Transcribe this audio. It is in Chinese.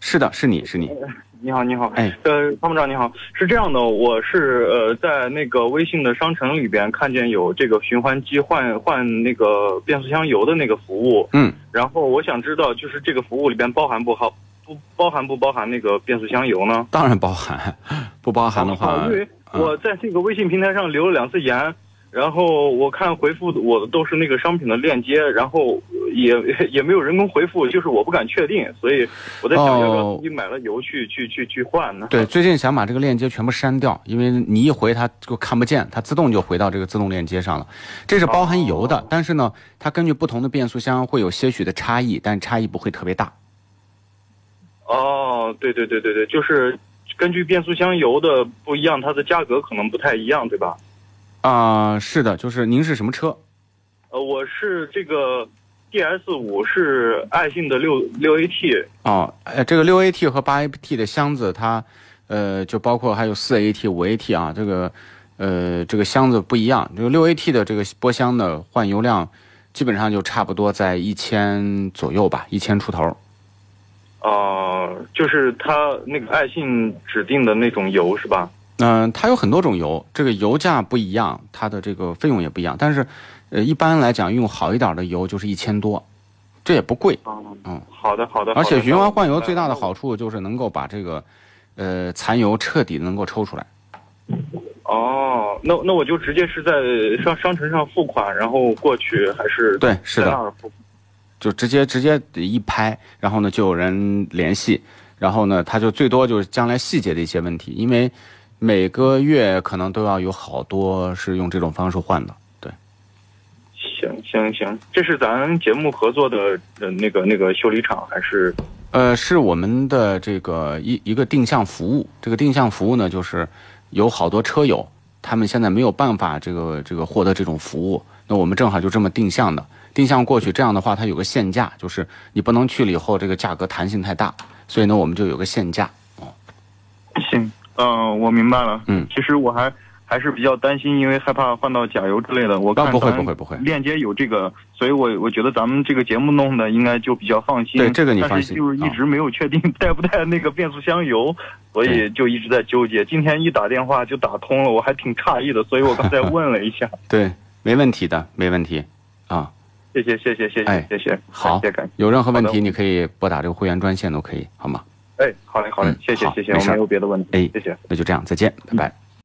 是的，是你是你，你好，你好，哎，呃，参谋长你好，是这样的，我是呃在那个微信的商城里边看见有这个循环机换换那个变速箱油的那个服务，嗯，然后我想知道就是这个服务里边包含不包不包含不包含那个变速箱油呢？当然包含，不包含的哦话嗯因，为我在这个微信平台上留了两次言，然后我看回复的我的都是那个商品的链接，然后也 也没有人工回复，就是我不敢确定，所以我在想要不要哦自己买了油去、去去去换呢？对，最近想把这个链接全部删掉，因为你一回它就看不见，它自动就回到这个自动链接上了。这是包含油的，但是呢，它根据不同的变速箱会有些许的差异，但差异不会特别大。哦，对对对对对，就是根据变速箱油的不一样，它的价格可能不太一样，对吧？啊、是的，就是您是什么车？呃，我是这个 DS 五是爱信的六六 AT，哦，呃，这个六 AT 和八 AT 的箱子，它，呃，就包括还有四 AT、五 AT 啊，这个，呃，这个箱子不一样。这个六 AT 的这个波箱呢，换油量基本上就差不多在一千左右吧，一千出头。呃，就是它那个爱信指定的那种油是吧？嗯、它有很多种油，这个油价不一样，它的这个费用也不一样。但是，呃，一般来讲，用好一点的油就是一千多，这也不贵。嗯嗯，好的好的。而且好的循环换油最大的好处就是能够把这个，呃，残油彻底地能够抽出来。哦，那那我就直接是在商商城上付款，然后过去还是对，是在的那。儿付款就直接直接一拍，然后呢就有人联系，然后呢他就最多就是将来细节的一些问题，因为每个月可能都要有好多是用这种方式换的。对，行行行，这是咱节目合作的呃那个那个修理厂还是呃，是我们的这个一一个定向服务，这个定向服务呢就是有好多车友，他们现在没有办法这个这个获得这种服务，那我们正好就这么定向的定向过去，这样的话它有个限价，就是你不能去了以后这个价格弹性太大，所以呢我们就有个限价。行，嗯、我明白了。嗯其实我还还是比较担心，因为害怕换到假油之类的。我看啊不会咱不会不会链接有这个，所以我我觉得咱们这个节目弄的应该就比较放心。对这个你放心嗯但是就是一直没有确定带不带那个变速箱油， 所以就一直在纠结。今天一打电话就打通了，我还挺诧异的，所以我刚才问了一下。对，没问题的，没问题啊。谢谢谢谢谢哎谢谢谢，好感谢感谢。，有任何问好题的你可以拨打这个会员专线都可以，好吗？哎，好嘞好嘞嗯，谢谢好谢谢，没我事儿没有别的问题，哎谢谢。那就这样，再见，拜拜。